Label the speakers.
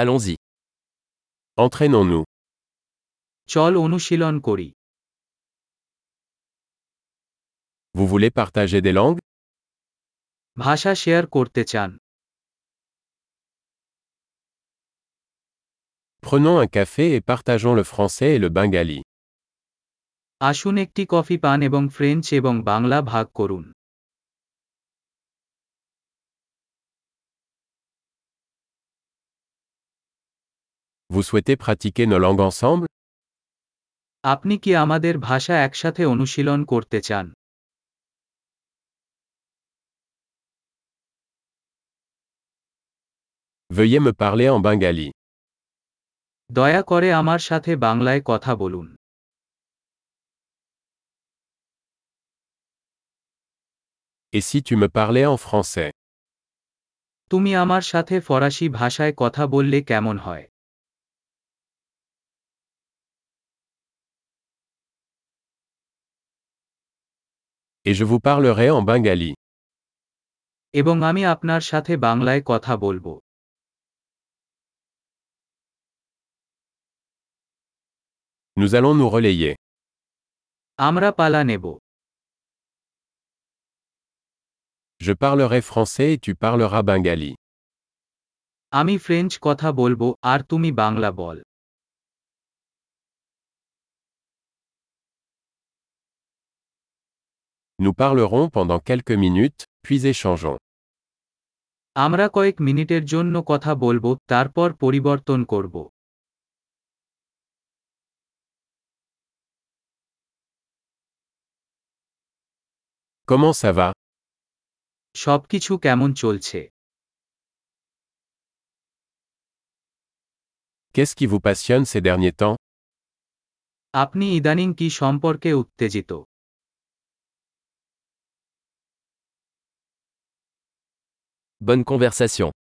Speaker 1: Allons-y. Entraînons-nous.
Speaker 2: চল অনুশীলন করি
Speaker 1: Vous voulez partager des langues
Speaker 2: ভাষা শেয়ার করতে চান
Speaker 1: Prenons un café et partageons le français et le bengali.
Speaker 2: আসুন একটি কফি পান এবং ফ্রেঞ্চ এবং বাংলা ভাগ করুন
Speaker 1: Vous souhaitez pratiquer nos langues ensemble
Speaker 2: আপনি কি আমাদের ভাষা একসাথে অনুশীলন করতে চান
Speaker 1: Veuillez me parler en bengali.
Speaker 2: দয়া করে আমার সাথে বাংলায় কথা বলুন
Speaker 1: Et si tu me parlais en français
Speaker 2: তুমি আমার সাথে ফরাসি ভাষায় কথা বললে কেমন হয়
Speaker 1: Et je vous parlerai en bengali.
Speaker 2: এবং আমি আপনার সাথে বাংলায় কথা বলবো
Speaker 1: Nous allons nous relayer.
Speaker 2: আমরা পালা নেব
Speaker 1: Je parlerai français et tu parleras bengali.
Speaker 2: আমি ফ্রেঞ্চ কথা বলবো আর তুমি বাংলা বল
Speaker 1: Nous parlerons pendant quelques minutes, puis échangeons.
Speaker 2: আমরা কয়েক মিনিটের জন্য কথা বলবো তারপর পরিবর্তন করব
Speaker 1: Comment ça va
Speaker 2: সবকিছু কেমন চলছে
Speaker 1: Qu'est-ce qui vous passionne ces derniers temps
Speaker 2: আপনি ইদানিং কি সম্পর্কে উত্তেজিত
Speaker 3: Bonne conversation.